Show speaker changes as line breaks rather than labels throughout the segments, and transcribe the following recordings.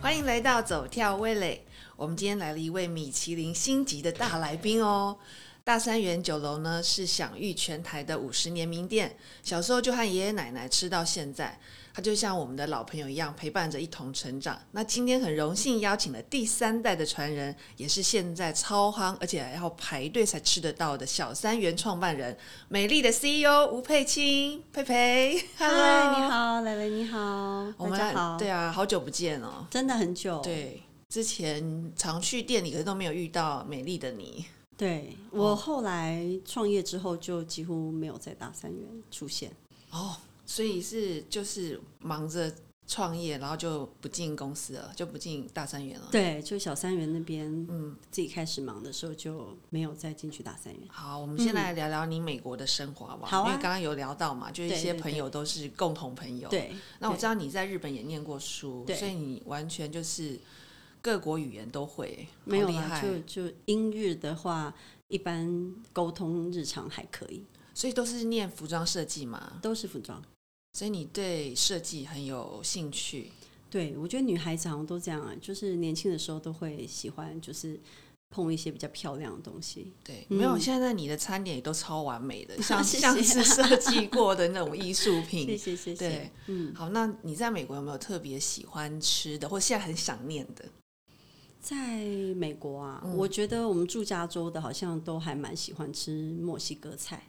欢迎来到走跳味蕾。我们今天来了一位米其林星级的大来宾哦。大三元酒楼呢是享誉全台的五十年名店，小时候就和爷爷奶奶吃到现在，它就像我们的老朋友一样陪伴着一同成长。那今天很荣幸邀请了第三代的传人，也是现在超夯而且还要排队才吃得到的小三元创办人，美丽的 CEO 吴佩青佩佩，Hello，
嗨，你，好，蕾蕾，你好，
我
大家
们
好，
对啊，好久不见哦。
真的很久，
对，之前常去店里，可是都没有遇到美丽的你。
对
哦
我后来创业之后就几乎没有在大三元出现，
哦，所以是就是忙着创业，然后就不进公司了，就不进大三元了。
对，就小三元那边
嗯，
自己开始忙的时候就没有再进去大三元，
好，我们先来聊聊你美国的生活好不好？
好啊
因为刚刚有聊到嘛，就一
对
些
对
朋友都是共同朋友。，
对，
哦那我知
道，
道你在日本也念过书，
对
所以你完全就是各国语言都会，
没有
好厉
啦，
害。
就就英日的话，一般沟通日常还可以，
所以都是念服装设计嘛，
都是服装。
所以你对设计很有兴趣。
对，我觉得女孩子好像都这样啊，就是年轻的时候都会喜欢，就是碰一些比较漂亮的东西。
对，
嗯
没有，现在你的餐点也都超完美 的，像
谢谢
像是设计过的那种艺 术品。
谢谢谢
对
谢，嗯，
好，那你在美国有没有特别喜欢吃的，或现在很想念的？
在美国啊，
嗯
我觉得我们住加州的，好像都还蛮喜欢吃墨西哥菜。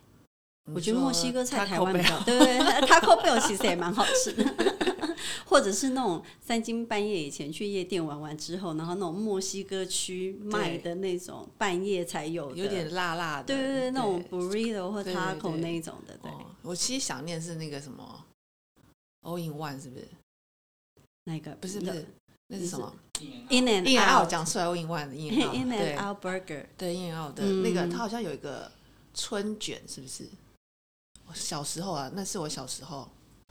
我
你
觉得
说
墨西哥菜
Taco
台湾比
Bell
较对对对，Taco Bell 其实也蛮好吃的， 或者是那种三更半夜以前去夜店玩完之后，然后那种墨西哥区卖的那种半夜才有的，
有点辣辣的，
对对对，那种 burrito 或
对对
taco
对
那一种的，对，
哦我其实想念是那个什么 all in one 是不是？
那一个
不是不是，那是什么
，In and
？in and out
Out，In
讲出来 all in one 的 in and
and
out，对
Out Burger，
对 in and out 的
嗯
那个，它好像有一个春卷，是不是？我小时候啊，那是我小时候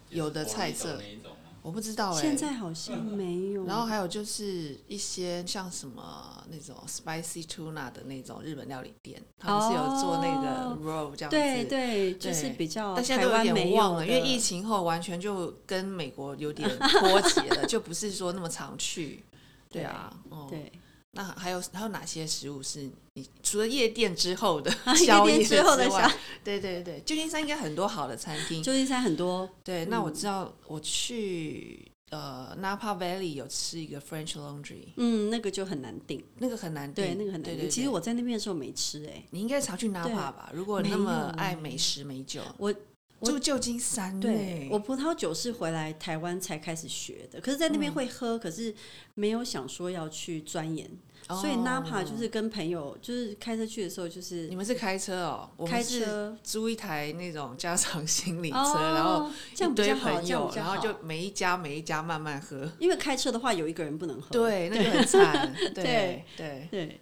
有的菜色
那，一种吗
我不知道哎。
现在好像没有，
然后还有就是一些像什么那种 spicy tuna 的那种日本料理店，他们是有做那个
哦
roll 这样子。
对对，就是
对
比较
但现在都
台湾
有点
没
忘
有
了，因为
的
疫情后完全就跟美国有 点脱节了，就不是说那么常去。对啊，哦，
对，
那还有还有哪些食物是你除了夜店之后的
啊夜
宵夜
店之后的
之外
小，
对对对，旧金山应该很多好的餐厅。
旧金山很多
对，那我
嗯
知道我去呃 Napa Valley 有吃一个 French Laundry，
嗯，那个就很难定，
那个很难
对，
订
那个很难
对
定。
对对
其实我在那边的时候没吃、哎，
你应该常去 Napa 吧，如果那
没有
么
欸
爱美食美酒，
我我
住旧金山
对
欸
我葡萄酒是回来台湾才开始学的，可是，在
嗯
那边会喝，可是没有想说要去钻研，
哦
所以 Napa 就是跟朋友就是开车去的时候，就是
你们是开车哦，我
开
们是
车。
租一台那种家常行李车，
哦
然后
这样
一
比
堆
较好，
朋
这样
友
比，较
然后
好。
就每一家每一家慢慢喝，
因为开车的话，有一个人不能喝。
对，那就很惨， 对
对啊
对，
对，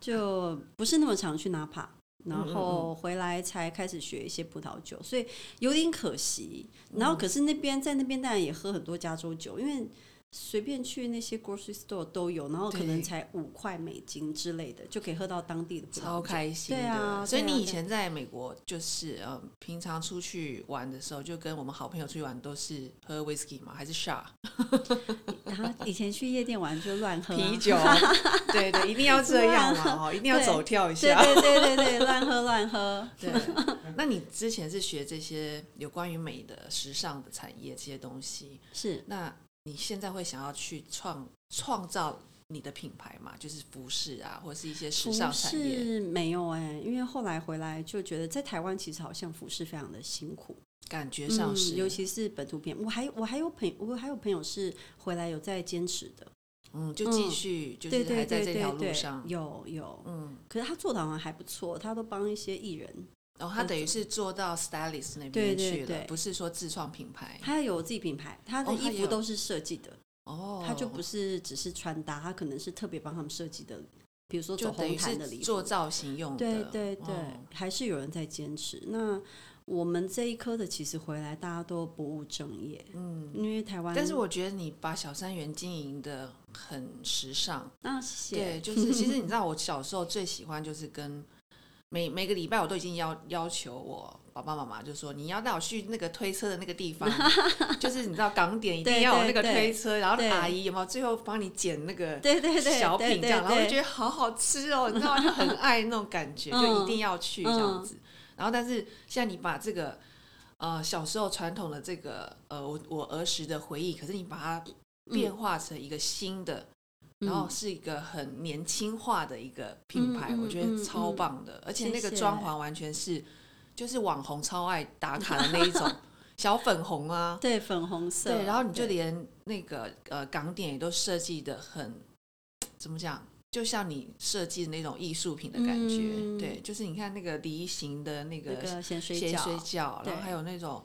就不是那么常去 Napa，
嗯嗯
然后回来才开始学一些葡萄酒，所以有点可惜。然后可是那边在那边当然也喝很多加州酒，因为随便去那些 grocery store 都有，然后可
对
能才五块美金之类的，就可以喝到当地的葡萄酒。
超开心的。
对啊
所以
对啊
你以
对啊
前在美国就是呃，平常出去玩的时候，就跟我们好朋友出去玩都是喝 whisky 吗？还是 shot
然后以前去夜店玩就乱喝啊、啊
啤 酒？对对，一定要这样嘛，哦，一定要
对
走跳一
对
下。
对对对对，乱喝乱喝。
对，那你之前是学这些有关于美的、时尚的产业这些东西，
是
那你现在会想要去创创造你的品牌嘛？就是服饰啊，或是一些时
服
尚产业。
饰没有哎、因为后来回来就觉得在台湾其实好像服饰非常的辛苦。
感觉上是，
嗯，尤其是本土片。我还我还有朋我还有朋友是回来有在坚持的，
嗯，就继
嗯
续就是
对
还
对
在
对
这
对
条路
对
上，
有有。
嗯，
可是他做的好像还不错，他都帮一些艺人，
然后他等于是做到 stylist 那边
对
去
对
了，
对
不是说自创品牌。
他有自己品牌，他的
哦他
衣
有
服都是设计的，
哦，
他就不是只是穿搭，他可能是特别帮他们设计的，比如说
就
走
等
红
于
毯
是
的礼
做
服。
造型用的。
对对对
哦，
还是有人在坚持。那我们这一科的其实回来，大家都不务正业，
嗯。
因为台湾。
但是我觉得你把小三元经营的很时尚，
那谢谢。
对，就是其实你知道，我小时候最喜欢就是跟每每个礼拜我都已经要要求我爸爸妈妈就说你要带我去那个推车的那个地 方，就是你知道港点一定要有那个推车，然后那个阿姨有没有最后帮你捡那个
对对对，
小
对
品这样，然
对
后我就
对
觉得好好吃哦，你知道吗？就很爱那种感觉，
嗯
就一定要去这样子。然后，但是现在你把这个呃小时候传统的这个呃我我儿时的回忆，可是你把它变化成一个新的，然后
嗯
是一个很年轻化的一个品牌，
嗯嗯
我觉
嗯
得超棒的，而且那个
谢谢
装潢完全是就是网红超爱打卡的那一 种小粉红啊，
对粉红色，
对，然后你就
对
连那个呃港点也都设计的很怎么讲，就像你设计的那种艺术品的感觉，
嗯
对，就是你看那个梨形的那
那
个
个咸水
咸
饺，
水饺，然
对
后还有那种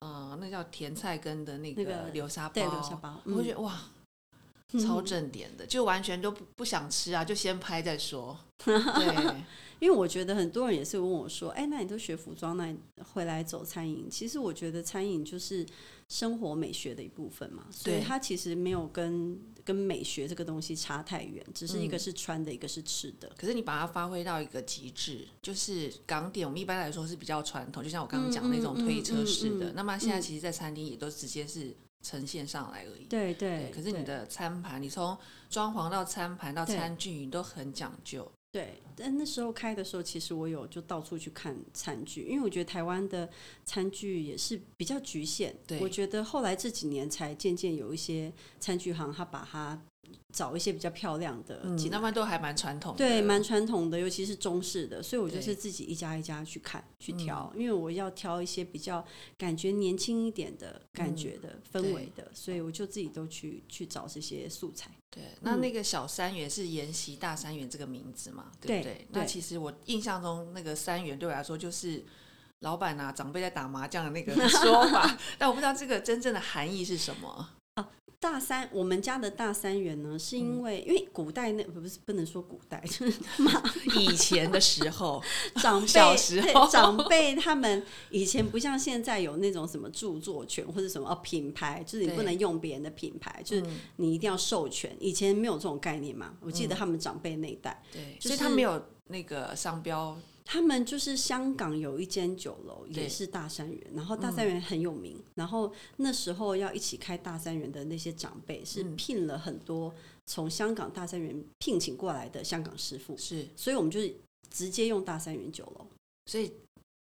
呃那叫甜菜根的那
那
个
个
流沙包，
对流沙包，
哦我会
嗯
觉得哇。超正点的，就完全都不不想吃啊，就先拍再 说。对，
因为我觉得很多人也是问我说：“哎，那你都学服装，那你回来走餐饮？”其实我觉得餐饮就是生活美学的一部分嘛，所以
对
它其实没有跟跟美学这个东西差太远，只是一
嗯
个是穿的，一个是吃的。
可是你把它发挥到一个极致，就是港点，我们一般来说是比较传统，就像我刚刚讲的那种
嗯嗯
推车式的。
嗯嗯
那么现在其实，在餐厅也都直接是呈现上来而已。
对对
可是你的餐盘，你从装潢到餐盘到
对
餐具，你都很讲究。
对，但那时候开的时候，其实我有就到处去看餐具，因为我觉得台湾的餐具也是比较局限。
对
我觉得后来这几年才渐渐有一些餐具行，它把它找一些比较漂亮的
嗯
进，来
那么都还蛮传统的。
对，蛮传统的，尤其是中式的，所以我就
对嗯
是自己一家一家去看去挑，因为我要挑一些比较感觉年轻一点的感
嗯
觉的、氛围的，所以我就自己都去去找这些素材。
对，
嗯
那那个小三元是沿袭大三元这个名字嘛，对不对？
对对
那其实我印象中那个三元对我来说就是老板啊长辈在打麻将的那 个说法，但我不知道这个真正的含义是什么。
大三，我们家的大三元呢，是
嗯
因为、因为古代那不是不能说古代， 就是
以前的时 候，
长辈
小时
对
候
长辈他们以前不像现在有那种什么著作权或者什么、哦、品牌，就是你
对
不能用别人的品牌，就是
嗯
你一定要授权。以前没有这种概念嘛，我记得他们长辈那一代。
对，
就
所
是
以他没有那个商标，
他们就是香港有一间酒楼，
对嗯
也是大三元，然后大三元很有名，然后那时候要一起开大三元的那些长辈是
嗯
聘了很多从香港大三元聘请过来的香港师傅，
是，
所以我们就是直接用大三元酒楼。
所以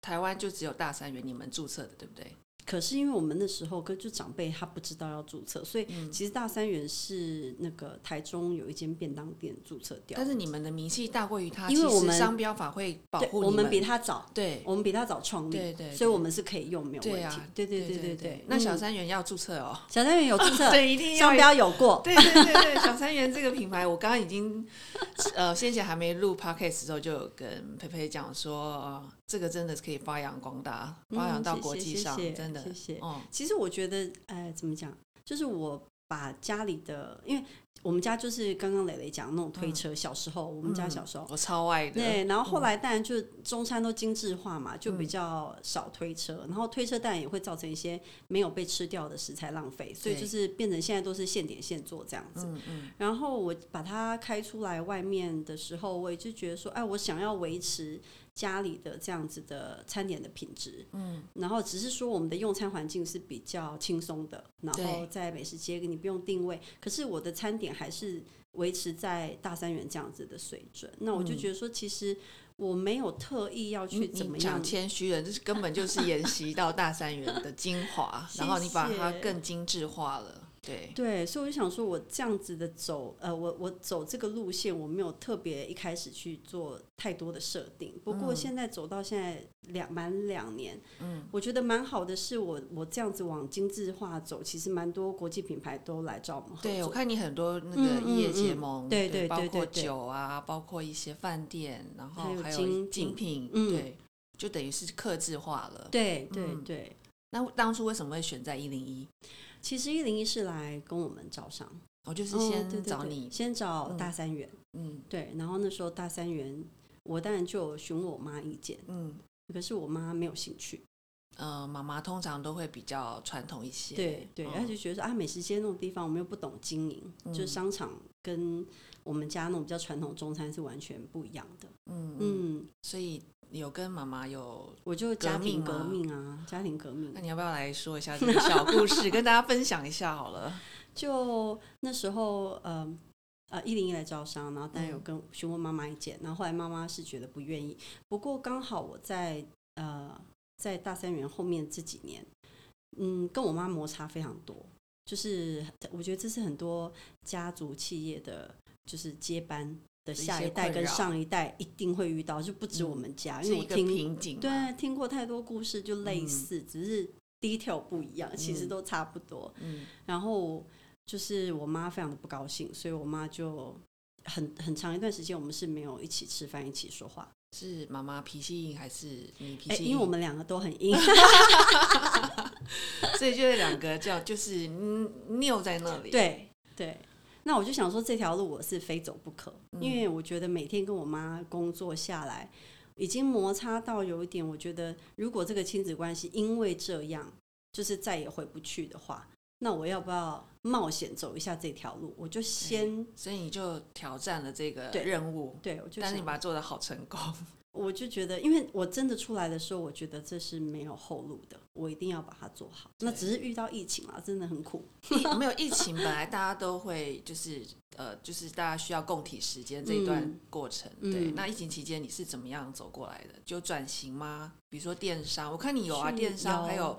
台湾就只有大三元你们注册的，对不对？
可是因为我们那时候跟就长辈他不知道要注册，所以其实大三元是那个台中有一间便当店注册掉
但，是你们的名气大过于他，
因为我们
其实商标法会保
对，
护
我
你
们比他早，
对。
我们比他早创立，
对对对
所以我们是可以用没有问
对
题。
啊，
对对
对
对
对
对。，
那小
嗯
三元要注册哦，
小单元有注册，
对，一定要
商标有过。
对对对对，小三元这个品牌，我刚刚已经呃，先前还没录 podcast 的时候，就有跟佩佩讲说、呃这个真的是可以发扬光大，
嗯
发扬到
谢谢
国际上，
谢谢
真的，
谢谢
嗯，
其实我觉得，呃，怎么讲，就是我把家里的，因为我们家就是刚刚磊磊讲那种推车，小时候我们家小时候。
我超爱的，
嗯对，嗯然后后来当然就中餐都精致化嘛，就比较少推车，然后推车当然也会造成一些没有被吃掉的食材浪费，所以
对
就是变成现在都是现点现做这样子。
嗯嗯，
然后我把它开出来外面的时候，我也就觉得说，哎，我想要维持家里的这样子的餐点的品质，嗯，然后只是说我们的用餐环境是比较轻松的，然后
对
在美食街你不用定位，可是我的餐点还是维持在大三元这样子的水准。那我就觉得说，其实我没有特意要去
嗯你嗯
怎
你
么样
讲，谦虚了，这是根本就是沿袭到大三元的精华，
谢
然后你把它更精致化了，对，
对，所以我就想说，我这样子的走，呃，我我走这个路线，我没有特别一开始去做太多的设定。不
嗯
过现在走到现在两满两年，嗯，我觉得蛮好的是我，我这样子往精致化走，其实蛮多国际品牌都来找我们合
对，我
作。
看你很多那
嗯
个
嗯
业
嗯
结盟，
对对
对，包
对
括
对对
酒啊，包括一些饭店，然后
还有
还有
精
精
品
品，
嗯
对，就等于是克制化了。
对对
嗯
对，
那当初为什么会选在一零一？
其实一零一是来跟我们招商，
我就是
哦对
先
对
找
对
你，
先找大三元，
嗯
对，然后那时候大三元，我当然就有询我妈意见，
嗯
可是我妈没有兴趣。
呃，妈妈通常都会比较传统一些，
对对，
嗯
他就觉得说啊，美食街那种地方我们又不懂经营，就是商场跟我们家那种比较传统中餐是完全不一样的。
嗯嗯，
嗯，
所以有跟妈妈有，
我就家庭
革
革
命
命啊，家庭革命
那。你要不要来说一下这个小故 事，跟大家分享一下好了？
就那时候，呃呃，一零一来招商，然后当
嗯
然有跟询问妈妈意见，然后后来妈妈是觉得不愿意。不过刚好我在呃在大三元后面这几年，嗯，跟我妈摩擦非常多，就是我觉得这是很多家族企业的就是接班的下一代
一些困
跟
扰
上一代一定会遇到，就不止我们家，因
嗯是
为
一
我
个
听
瓶颈吗，
对听过太多故事，就类似，只是 detail 不一样，其实
嗯
都差不多。
嗯，
然后就是我妈非常的不高兴，所以我妈就很很长一段时间我们是没有一起吃饭、一起说话。
是妈妈脾气硬还是你脾
哎，
气硬？
因为我们两个都 很硬，
所以就是两个叫就是嗯拗在那里。，
对对。那我就想说这条路我是非走不可，
嗯
因为我觉得每天跟我妈工作下来，已经摩擦到有一点，我觉得如果这个亲子关系因为这样就是再也回不去的话，那我要不要冒险走一下这条路？我就先
所以你就挑战了这个
对
任务，
对我就
但是
想
你把它做的好成功。
我就觉得，因为我真的出来的时候，我觉得这是没有后路的，我一定要把它做好。那只是遇到疫情啊，真的很苦。
疫没有疫情，本来大家都会就是呃，就是大家需要共体时间这一段
嗯
过程。对，
嗯
那疫情期间你是怎么样走过来的？就转型吗？比如说电商，我看你有啊，
是
电商
有
还有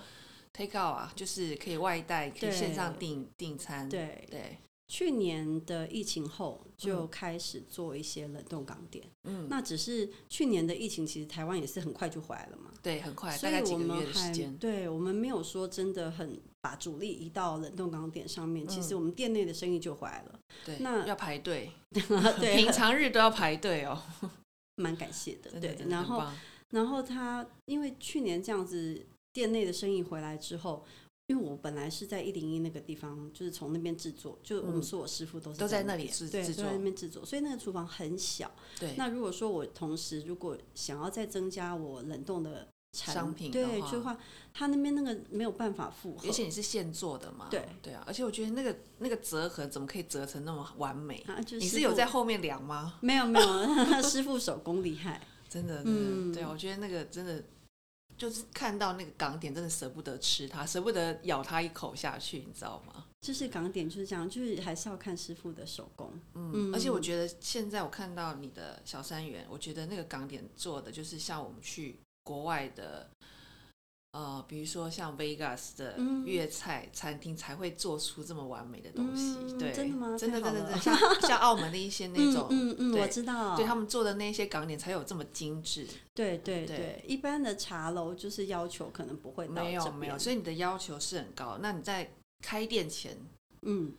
take out 啊，就是可以外带，可以
对
线上订订餐。
对，
对，
去年的疫情后就开始做一些冷冻港点。
嗯，
那只是去年的疫情，其实台湾也是很快就回来了嘛，
对，很快，
所
大
以
概几
我
个
们
月的时
还
间。
对我们没有说真的很把主力移到冷冻港点上面。
嗯
其实我们店内的生意就回来 了，
对，
那
要排队，
对
平，常日都要排队哦。
蛮感谢 的。
真的
对
真，的
然
很
后
棒
然后他因为去年这样子店内的生意回来之后，因为我本来是在一零一那个地方，就是从那边制作，就是我
嗯
们所有师傅都是
都在那
那
里
边
制
对，
制
都在
作
那边制作，所以那个厨房很小。
对，
那如果说我同时如果想要再增加我冷冻的产
商品的
对，
话
就话他那边那个没有办法负荷
而。且你是现做的嘛？
对
对啊，而且我觉得那个那个折痕怎么可以折成那么完美？
啊，就
你
师
是有
傅
在后面量吗？
没有没有， 师傅手工厉害。
真的，嗯，
嗯
对啊，我觉得那个真的就是看到那个港点，真的舍不得吃它，舍不得咬它一口下去，你知道吗？
就是港点就是这样，就是还是要看师傅的手工。
嗯，
嗯
而且我觉得现在我看到你的小三元，我觉得那个港点做的就是像我们去国外的，呃，比如说像 Vegas 的
嗯
粤菜餐厅才会做出这么完美的东西。
嗯
对，
真的吗
真的
太
真
好
的真的，
了
像 像澳门的一些那种，
嗯嗯，嗯
对
我知道。
对他们做的那些港点才有这么精致。
对对
对
对，一般的茶楼就是要求可能不会到
没
这
有
边
没有，所以你的要求是很高。那你在开店前
嗯，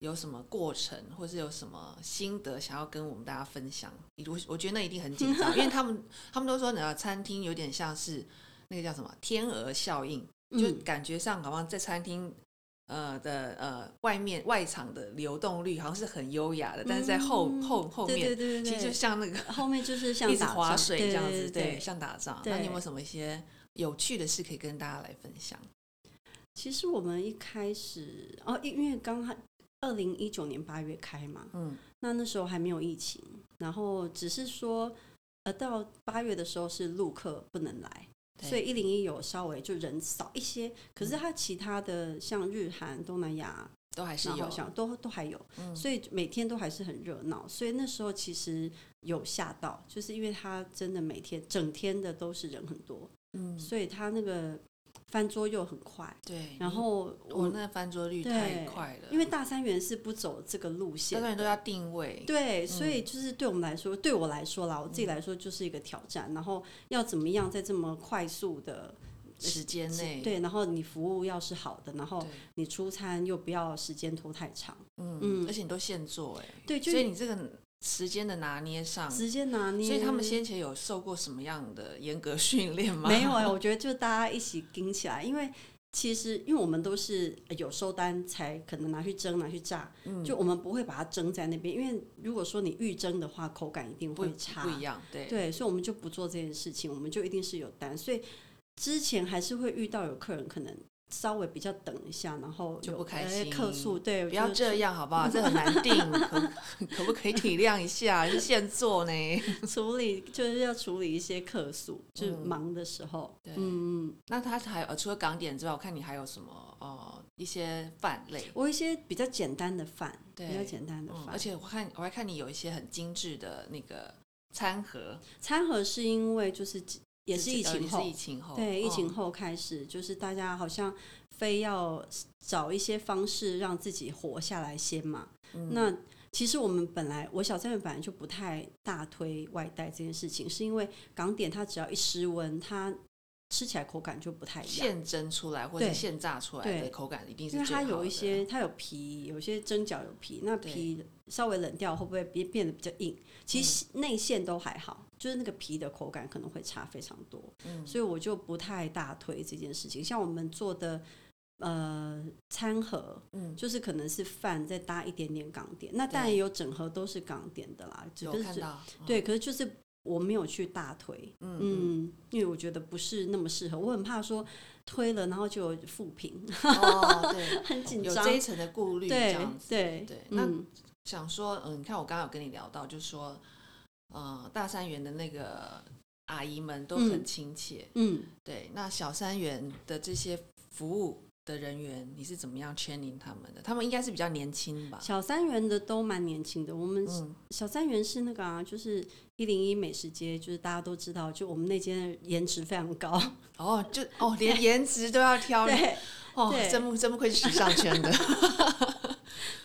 有什么过程，或是有什么心得想要跟我们大家分享？我我觉得那一定很紧张，因为他 们他们都说你的餐厅有点像是那个叫什么天鹅效应，就
嗯
感觉上好像在餐厅。呃的呃，外面外场的流动率好像是很优雅的，但是在后、
嗯
后后面，
对对对
其
对，
实就像那个
后面就是像
一直
打
划
仗
水
对
这样
对
子，
对对
像打仗。
对
那你有没有什么一些有趣的事可以跟大家来分享？
其实我们一开始哦，因因为刚开二零一九年八月开嘛，
嗯，
那那时候还没有疫情，然后只是说呃到八月的时候是陆客不能来。
对嗯
所以一零一有稍微就人少一些，可是它其他的像日韩、东南亚，
都还是
然
有
后，像都都还有，
嗯
所以每天都还是很热闹。所以那时候其实有吓到，就是因为他真的每天整天的都是人很多，
嗯，
所以他那个翻桌又很快。
对。
然后
你我
我
那翻桌率
对
太快了，
因为大三元是不走这个路
相
线
当
的，
人都要定位，
对，所以就是对我们来说，对我来说啦，我
嗯
自己来说就是一个挑战。然后要怎么样在这么快速的
时间内，
对，哦然后你服务要是好的，然后
对
你出餐又不要时间拖太长，
嗯，
嗯
而且你都现做哎，
对，就
所以
是
你这个时间的拿捏上，所
直接拿捏。
以他们先前有受过什么样的严格 训练吗？
没有哎、我觉得就大家一起盯起来，因为其实因为我们都是呃有收单才可能拿去蒸、拿去炸，
嗯
就我们不会把它蒸在那边，因为如果说你预蒸的话，口感一定
不
会差。
不一样，对，
对，所以我们就不做这件事情，我们就一定是有单，所以之前还是会遇到有客人可能稍微比较等一下，然后
就
有
不开
呃
心
客诉对，
不要
就是
这样好不好？这很难定，可可不可以体谅一下？是现做呢？
处理就是要处理一些客诉，就是忙的时候，
嗯对
嗯，嗯
那它还有呃除了港点之外，我看你还有什么呃一些饭类，
我一些比较简单的饭，
对
比较简单的
嗯，
饭，
而且我看我还看你有一些很精致的那个餐盒，
餐盒是因为就是也是
自己
疫
呃
情
也
后
是疫，情后，
对，疫情
嗯
后开始，就是大家好像非要找一些方式让自己活下来先嘛。
嗯
那其实我们本来，我小三元本来就不太大推外带这件事情，是因为港点它只要一失温，它吃起来口感就不太一样。
现蒸出来或者
对
现炸出来的
对
口感一定是
因为
最
它
好
有一
的
些，它有皮，有些蒸饺有皮，那
对
皮稍微冷掉会不会变变得比较硬？其实内馅都还好，就是那个皮的口感可能会差非常多，
嗯
所以我就不太大推这件事情。像我们做的呃餐盒，
嗯，
就是可能是饭再搭一点点港点，那当然也有整盒都是港点的啦，只
有
是
看到，嗯，
对，可是就是我没有去大推，
嗯嗯，
嗯，因为我觉得不是那么适合，我很怕说推了然后就有负评，
哦，对，
很紧
有
张。
这一层的顾虑，这
对
样子，
对
对那
嗯，
想说，嗯，你看我刚刚有跟你聊到，就说，呃，大三元的那个阿姨们都很
嗯
亲切，
嗯，
对，那小三元的这些服务的人员，你是怎么样 training 他们的？他们应该是比较年轻吧？
小三元的都蛮年轻的。我们
嗯，
小三元是那个啊，就是一零一美食街，就是大家都知道，就我们那间颜值非常高，
哦，就哦， 连颜值都要挑，
对
哦，
对
真不真不愧是时尚圈的，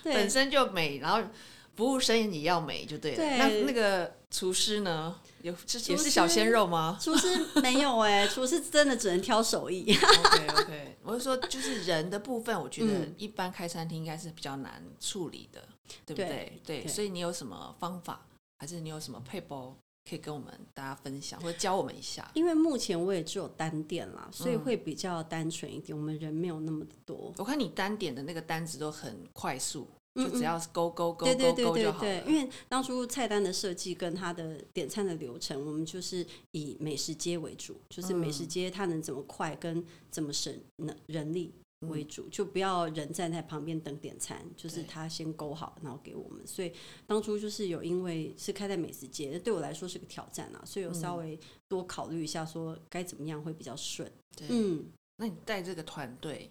本
对，
身就美，然后服务生也要美就对了。
对
那那个厨师呢，有是也
厨
是
师
小鲜肉吗
厨师没有哎、 厨师真的只能挑手艺。
？OK OK，我是说就是人的部分，我觉得
嗯
一般开餐厅应该是比较难处理的，对不对？对，
对
所以你有什么方法，还是你有什么配包可以跟我们大家分享，或者教我们一下？
因为目前我也只有单店啦，所
嗯
以会比较单纯一点，我们人没有那么的多。
我看你单点的那个单子都很快速，
嗯
就只要勾勾勾
对对
勾
对
勾
对
就好
对
了，。
因为当初菜单的设计跟它的点餐的流程，我们就是以美食街为主，就是美
嗯
食街它能怎么快跟怎么省能人力为主，就不要人站在旁边等点餐，就是
嗯对
他先勾好，然后给我们。所以当初就是有因为是开在美食街，对我来说是个挑战啊，所以有
嗯
稍微多考虑一下说该怎么样会比较顺。
对
嗯。
那你带这个团队，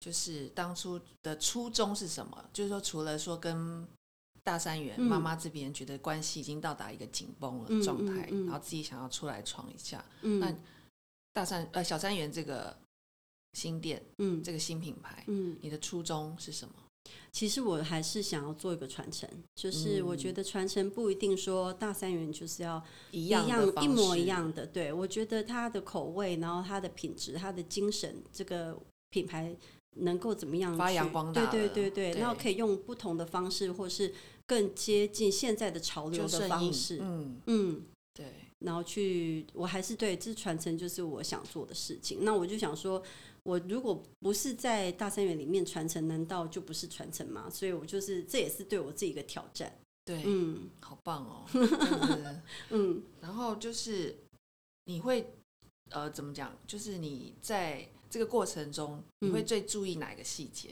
就是当初的初衷是什么？就是说，除了说跟大三元
嗯
妈妈这边觉得关系已经到达一个紧绷
嗯
了状态，
嗯嗯
然后自己想要出来闯一下，那
嗯
大三呃小三元这个新店
嗯
这个新品牌，
嗯，
你的初衷是什么？
其实我还是想要做一个传承，就是
嗯
我觉得传承不一定说大三元就是要
一
一
样的方
一模
式
一，样的。对我觉得它的口味，然后它的品质，它的精神，这个品牌能够怎么样
发扬
去
光
对
大
对
了
对对，
对
然后可以用不同的方式，或是更接近现在的潮流
就
的
顺
方
应
式。
嗯，
嗯，
对，
然后去，我还是对这传承就是我想做的事情。那我就想说，我如果不是在大三元里面传承，难道就不是传承吗？所以我就是这也是对我自己一个挑战。
对，
嗯
好棒哦， 真的
嗯
然后就是你会呃怎么讲？就是你在这个过程中，你会
嗯
最注意哪一个细节？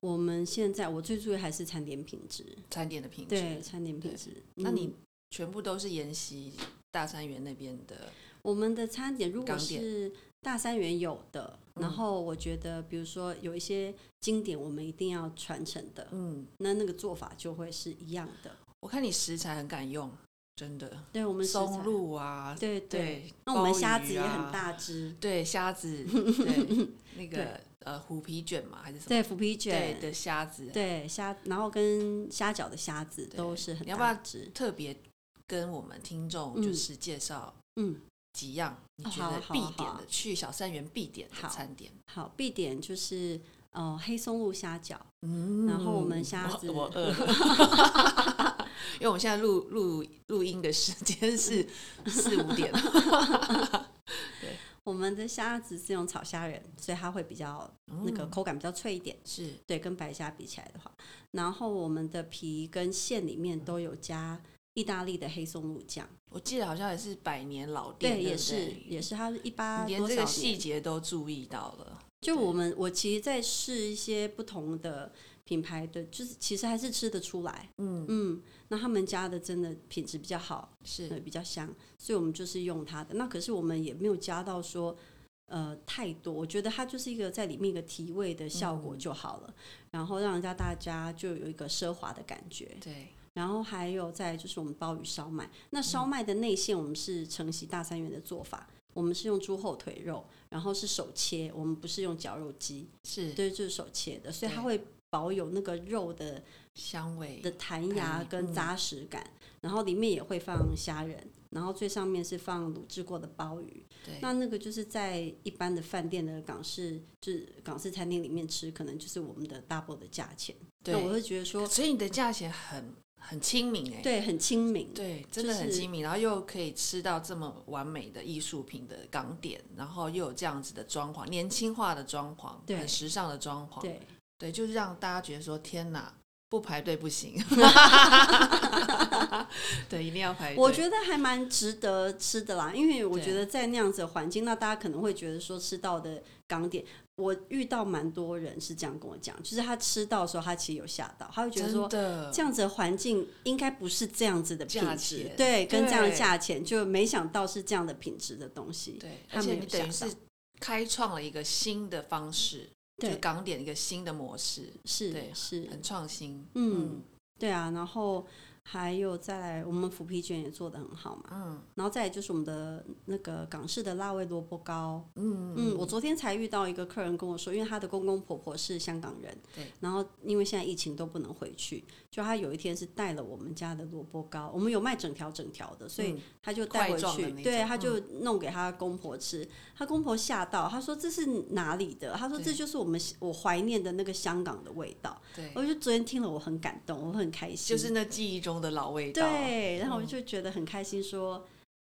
我们现在我最注意还是餐点品质，
餐点的品质？
对餐点品质。
那
嗯
你全部都是沿袭大三元那边的，
我们的餐点如果
港点嗯
是大三元有的，然后我觉得比如说有一些经典我们一定要传承的，
嗯，
那那个做法就会是一样的。
我看你食材很敢用，真的，
对我们食材
松，露啊，
对对。
对，
那我们
鲍
虾
鱼
子也很
啊，
大只，
对，虾 子，对，那个呃虎皮卷嘛还是什么？
对，腐皮
对
卷，
的虾子，
对虾，然后跟虾饺的虾子
对
都是很
你要不要
大只。
特别跟我们听众就是介绍
嗯，
几样你
哦
觉
好
得
啊好
必
啊好
点
啊
的，去小三元必点的
好
餐点。
好，必点就是呃黑松露虾饺，
嗯
然后 我们虾
我
子
我饿了， 因为我们现在录录录音的时间 是四五点。
我们的虾子是用炒虾仁，所以它会比较那
哦
个口感比较脆一点。
嗯是
对，跟白虾比起来的话，然后我们的皮跟馅里面都有加意大利的黑松露酱，
我记得好像也是百年老店，
对，
对，
也是也
是，
是，它是一八
你连
多少
这个
年
细节都注意到了。
就我们，我其实在试一些不同的品牌的，就是其实还是吃得出来，嗯嗯。那他们家的真的品质比较好，
是
对，比较香，所以我们就是用它的。那可是我们也没有加到说呃太多，我觉得它就是一个在里面一个提味的效果就好了，然后让人家大家就有一个奢华的感觉。
对，
然后还有再来就是我们鲍鱼烧麦，那烧麦的内馅我们是承袭大三元的做法，我们是用猪后腿肉，然后是手切，我们不是用绞肉机，
是
对，就是手切的，所以它
对
会保有那个肉的
香味
的弹
弹
牙
嗯
跟扎实感，然后里面也会放虾仁，然后最上面是放卤制过的鲍鱼，
对
那那个就是在一般的饭店的港式就是港式餐厅里面吃，可能就是我们的 double 的价钱，那我
对，
会觉得说。
所以你的价钱很很亲民哎，
对，很亲民。
对，真的很
就是
亲民，然后又可以吃到这么完美的艺术品的港点，然后又有这样子的装潢，年轻化的装潢，
对
很时尚的装潢，
对，
对，就是让大家觉得说天哪，不排队不 行， 对，一定要排队。
我觉得还蛮值得吃的啦，因为我
对
觉得在那样子的环境，那大家可能会觉得说吃到的港点，我遇到蛮多人是这样跟我讲，就是他吃到的时候，他其实有吓到，他会觉得
真
说。
的
这样子的环境应该不是这样子的品
价
质
钱，
对，跟这样的
对
价钱，就没想到是这样的品质的东西，
对，
他
而且
们
你
有吓
等于
到
是，开创了一个新的方式，就
对，
港点一个新的模式，对啊
是是，
很创新。
嗯，对啊，然后还有再来，我们腐皮卷也做的很好嘛，
嗯
然后再来就是我们的那个港式的辣味萝卜糕，
嗯
嗯，我昨天才遇到一个客人跟我说，因为他的公公婆婆是香港人，
对，
然后因为现在疫情都不能回去，就他有一天是带了我们家的萝卜糕，我们有卖整条整条的，所以
嗯
他就带回
块状的
去，
那种嗯
对，他就弄给他公婆吃，他公婆吓到，他说这是哪里的？他说
对
这就是我们我怀念的那个香港的味道。
对，
我就昨天听了，我很感动，我很开心，
就是那记忆中的老味道。，嗯
对，然后我就觉得很开心说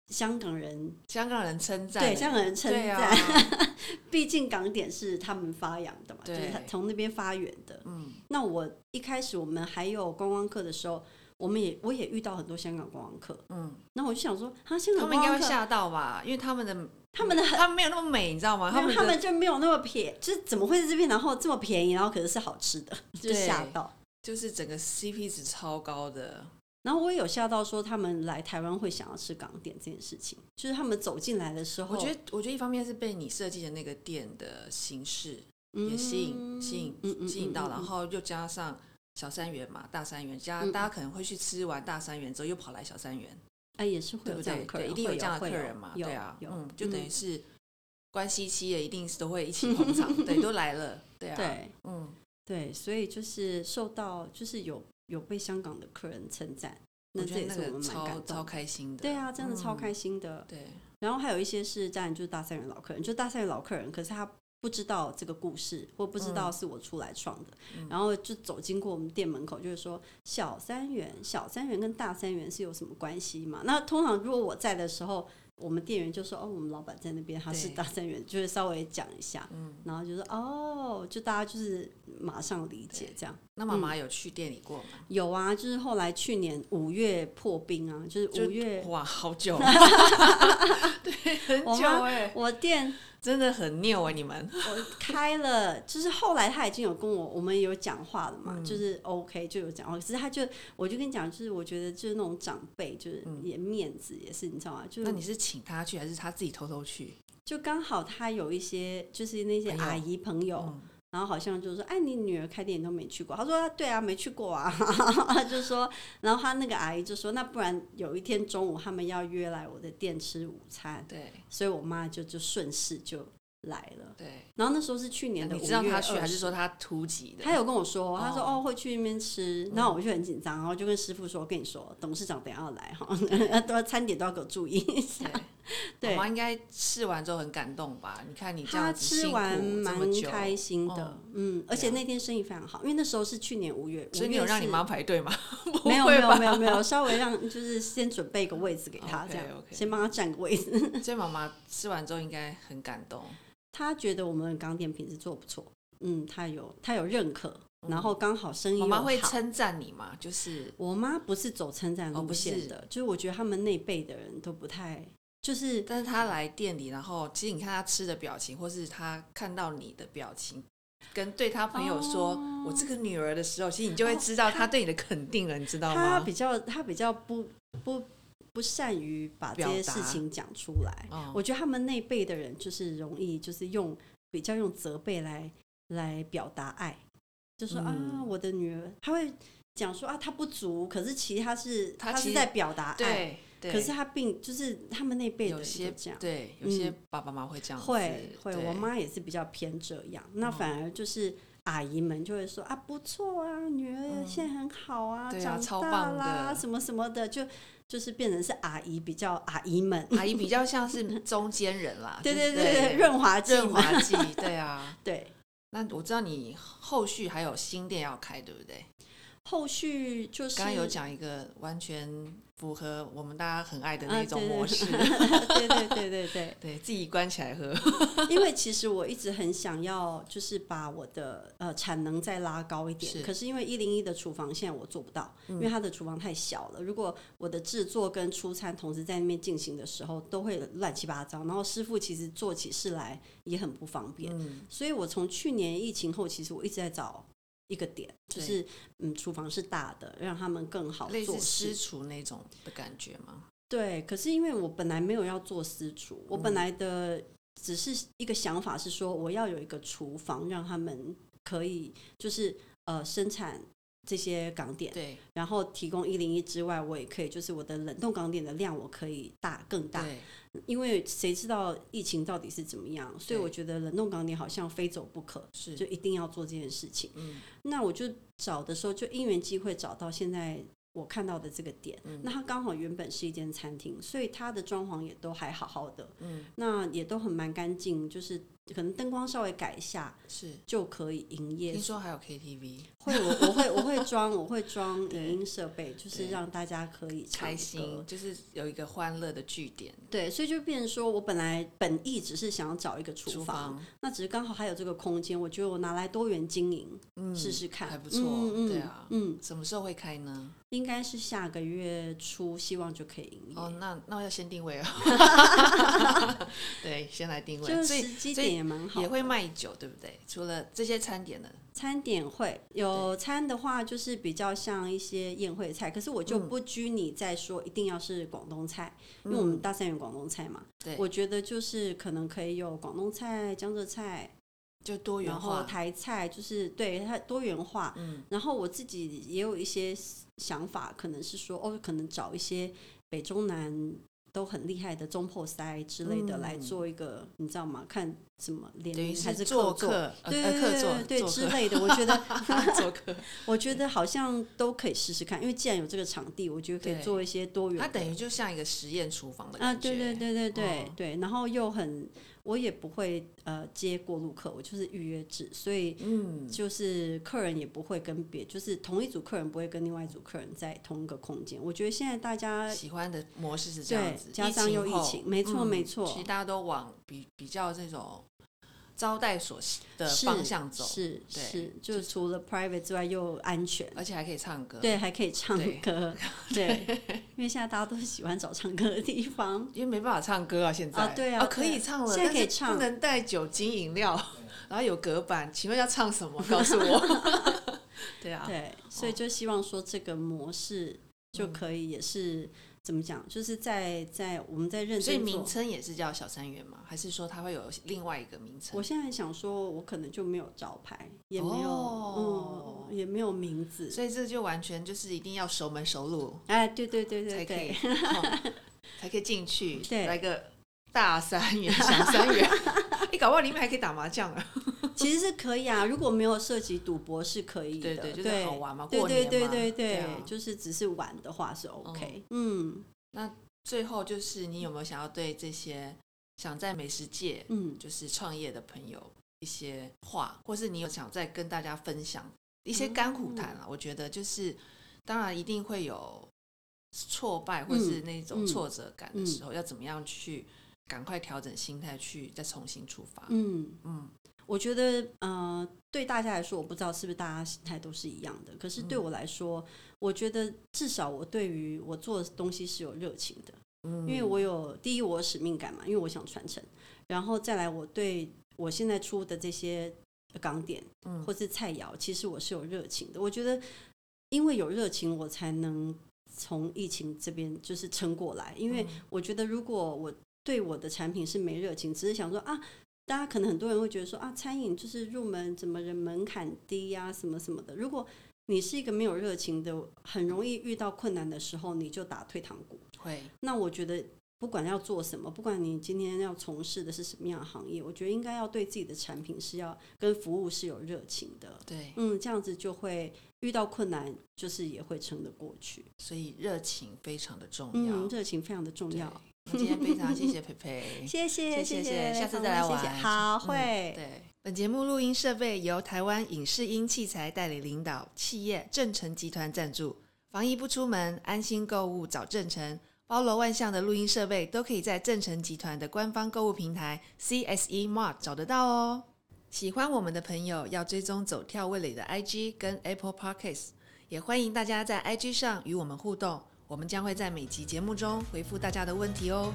香港人
香港人称赞，
对香港人称
对
赞。
啊，
毕竟港点是他们发扬的嘛，就
对
是他从那边发源的。
嗯，
那我一开始我们还有观光客的时候，我们也我也遇到很多香港观光客，
嗯，
那我就想说，啊，香
他
港
们
观
应该
光
会
客
吓到吧？因为他们的
他们的很。
他们没有那么美，你知道吗？他
嗯没
们
有他
的
们就没有那么便，就是怎么会在这边，然后这么便宜，然后可是是好吃的， 就
对
吓到。
就是整个 CP 值超高的，
然后我也有吓到，说他们来台湾会想要吃港点这件事情，就是他们走进来的时候，
我觉得，我觉得一方面是被你设计的那个店的形式也
嗯
吸引、吸
嗯
引、
嗯
吸引到，
嗯嗯
然后又加上小三元嘛，大三元加
嗯
大家可能会去吃完大三元之后又跑来小三元，
哎也是会
对
有
不
这样
对？
的客人，
对，一定
会
这样的
会
客人嘛，
有
对啊，
有
嗯，就等于
嗯
是关系期也一定是都会一起捧 场，对，都来了，对啊，
对，
嗯，
对，所以就是受到就是有有被香港的客人称赞，
我
那
觉
这
得
也
那
是我
个
们蛮
超
感
超
动的。
开心的，
对啊，真的超
嗯
开心的。
对，
然后还有一些是，当然就是大三元老客人，就是大三元老客人，可是他不知道这个故事，或不知道是我出来创的，
嗯
然后就走经过我们店门口，就是说小三元，小三元跟大三元是有什么关系嘛？那通常如果我在的时候，我们店员就说：“哦，我们老板在那边，他是
对
大三元，就是稍微讲一下。”
嗯，
然后就说：“哦，就大家就是马上理解
对
这样。”
那妈妈有去店里过吗？
有啊，就是后来去年五月破冰啊，就是
就
五月，
哇，好 久，对，很
我
久
妈嗯
哎，
我店
真的很拗哎，你们
我开了，就是后来他已经有跟我，我们有讲话了
嗯
嘛，就是 OK 就有讲话，可是他就我就跟你讲，就是我觉得就是那种长辈，就是也面子也是，你知道吗？就
那
是
你是请他去，还是他自己偷偷去？
就刚好他有一些就是那些
朋友
阿姨朋友，
嗯
然后好像就说，哎，你女儿开店你都没去过？他说，对啊， 没去过啊。 他就说，然后他那个阿姨就说，那不然有一天中午他们要约来我的店吃午餐，
对
所以我妈就就顺势就来了。
对，
然后那时候是去年的
你
五
知
月
道
二
他去还是
十。
说他突击的？
他有跟我说，他说
哦嗯
哦会去那边吃，然后我就很紧张，然后就跟师傅说，我跟你说，董事长等一下要来哈， 都要餐点都要给我注意 一下。
对，
对
妈妈应该吃完之后很感动吧？你看你这
他
样子
吃
辛苦
完
这
蛮
么久，
开心的，
哦
嗯，而
对
且
啊
那天生意非常好，因为那时候是去年五月，
所以
五
你
月
有让你
是
妈排 队吗？不
没有没
会
有
吧哦
没有没有，稍微让就是先准备一个位置给他，这样
OK，OK
先帮他占个位置。
所以妈妈吃完之后应该很感动。
他觉得我们港点品质做得不错，嗯，他有他有认可，
嗯
然后刚好生意
妈
又
妈会
好。
称赞你吗？就是
我妈不是走称赞
哦
路
不是
线的，就是我觉得他们那辈的人都不太就是
但是他来店里，然后其实你看他吃的表情，或是他看到你的表情，跟对他朋友说“
哦
我这个女儿”的时候，其实你就会知道他对你的肯定了，你知道
他
吗？
哦比较他比较不不不善于把这
表
些
达
事情讲出来。
哦
我觉得他们那一辈的人就是容易就是用比较用责备来来表达爱，就说、啊
嗯
我的女儿，他会讲说啊她不足，可是其实他是
她
她
其
是
实
在表达爱，
对对，
可是他并就是他们那辈的
有
人
些
就这样。
对，有些
嗯
爸爸妈妈会这样子，
会会，
对嗯
我妈也是比较偏这样，那反而就是阿姨们就会说啊，不错啊，女儿现在很好啊，
嗯对啊
长
超
大
棒
啦，
的
什么什么的，就就是变成是阿姨比较阿姨们，
阿姨比较像是中间人啦，
对
就是
对对对，润滑剂
润
嘛，
滑剂，对啊。
对。
那我知道你后续还有新店要开，对不对？
后续就是
刚刚有讲一个完全符合我们大家很爱的
啊
那种模式，
对对对对对对，
对自己关起来喝，
因为其实我一直很想要，就是把我的呃产能再拉高一点。
是嗯
可是因为一零一的厨房现在我做不到，因为它的厨房太小了。如果我的制作跟出餐同时在那边进行的时候，都会乱七八糟。然后师傅其实做起事来也很不方便，
嗯，
所以我从去年疫情后，其实我一直在找。一个点就
对
是，嗯，厨房是大的，让他们更好
嗯类
做
似私
事
厨那种的感觉吗？
对，可是因为我本来没有要做私厨，我
嗯
本来的只是一个想法是说，我要有一个厨房，让他们可以就是呃生产这些港点，
对
然后提供一零一之外，我也可以就是我的冷冻港点的量，我可以大更大，
对，
因为谁知道疫情到底是怎么样，所
对，
以我觉得冷冻港点好像非走不可，就是一定要做这件事情。
嗯
那我就找的时候，就因缘机会找到现在我看到的这个点。
嗯
那它刚好原本是一间餐厅，所以它的装潢也都还好好的，
嗯，
那也都很蛮干净，就是可能灯光稍微改一下
是。
就可以营 业
听。说还有 KTV，
会，我我会我会装我会装
对
影音设备，就是
对
让大家可以唱
开
歌
心就是有一个欢乐的据点，
对，所以就变成说我本来本意只是想要找一个厨
厨
房，
房
那只是刚好还有这个空间，我觉得我拿来多元经营
嗯
试试看，
还不错
嗯嗯
对啊
嗯，
什么时候会开呢？
应该是下个月初，希望就可以营业。
哦，那那要先定位哦， 对，先来定
就
位，所
是
以
时机
所以
点也蛮好的，
也会卖酒，对不对？除了这些餐点呢，
餐点会有餐的话，就是比较像一些宴会菜，可是我就
嗯
不拘泥在说一定要是广东菜，因为
嗯
我们大三元广东菜嘛。
对
我觉得就是可能可以有广东菜、江浙菜，
就多元
然后
化，
台菜，就是对它多元化。
嗯，
然后我自己也有一些想法，可能是说哦，可能找一些北中南。都很厉害的中破塞之类的
嗯
来做一个，你知道吗？看什么联
等于
名还
是
是
做
客座
客，呃
对
呃
对
客座，
对对
做
之
客
类的，我觉得
做 客，
我觉得好像都可以试试看，因为既然有这个场地，我觉得可以
对
做一些多元
它
的。
等于就像一个实验厨房的
啊，
感觉，
对对对对对、
哦
对，然后又很，我也不会呃接过路客，我就是预约制，所以
嗯，
就是客人也不会跟别，就是同一组客人不会跟另外一组客人在同一个空间。我觉得现在大家
喜欢的模式是这样
呃对
子，
加上又疫
后
情，没错
嗯
没错，
其实大家都往比比较这种招待所的
是
方向走，
是
对
是，就是除了 private 之外又安全。
而且还可以唱歌，，
对，还可以唱
对
歌，对，因为现在大家都喜欢找唱歌的地 方，
因为没办法唱歌啊，现在
啊对啊
哦可
对
以
啊
唱了，
现在
但是
可以唱
不能带酒精饮料，然后有隔板，请问要唱什么？告诉 我。对啊，
对，所以就希望说这个模式
嗯
就可以也是、怎么讲，就是在在我们在认
嗯所以
真
名
做。
称也是叫小三元吗？还是说它会有另外一个名称
我？现在想说，我可能就没有招牌，也没有，
哦
嗯，也没有名字。
所以这就完全就是一定要熟门熟路
哎，对对对
才
对
可以，
对，
哦才可以进去，
对
来个大三元、小三 元。你搞不好里面还可以打麻将啊！
其实是可以啊。如果没有涉及赌博是可以的，
对对，就是好玩嘛，
对
过年
对
嘛。
对对
对啊
就是只是玩的话是 OK，嗯
最后就是你有没有想要对这些想在美食界
嗯，
就是创业的朋友一些话，或是你有想再跟大家分享一些甘苦
哦
谈啊？我觉得就是，当然一定会有挫败或
嗯
是那种挫折感的时候，要怎么样去赶快调整心态，去再重新出发。
嗯。
嗯，
我觉得，呃，对大家来说，我不知道是不是大家心态都是一样的。可
嗯
是对我来说，我觉得至少我对于我做的东西是有热情的。
嗯
因为我有第一我有使命感嘛，因为我想传承，然后再来我对我现在出的这些港点
嗯
或是菜肴，其实我是有热情的。我觉得因为有热情，我才能从疫情这边就是撑过来。因
嗯
为我觉得如果我对我的产品是没热情，只是想说啊。大家可能很多人会觉得说啊，餐饮就是入门怎么人门槛低呀、什么什么的。如果你是一个没有热情的，很容易遇到困难的时候，你就打退堂鼓。
会
那我觉得，不管要做什么，不管你今天要从事的是什么样的行业，我觉得应该要对自己的产品是要跟服务是有热情的。
对，
嗯，这样子就会遇到困难，就是也会撑得过去。
所以热情非常的重要。
嗯，热情非常的重
对
要。。
那今天非常谢谢佩佩
谢谢
谢
谢，
下次再来
访问
玩。
谢谢好，
嗯
会。
对，本节目录音设备由台湾影视音器材代理领导企业正成集团赞助。防疫不出门，安心购物找正成。包罗万象的录音设备都可以在正成集团的官方购物平台 CSE Mart 找得到哦。喜欢我们的朋友要追踪走跳味蕾的 IG 跟 Apple Podcasts，也欢迎大家在 IG 上与我们互动，我们将会在每集节目中回复大家的问题哦。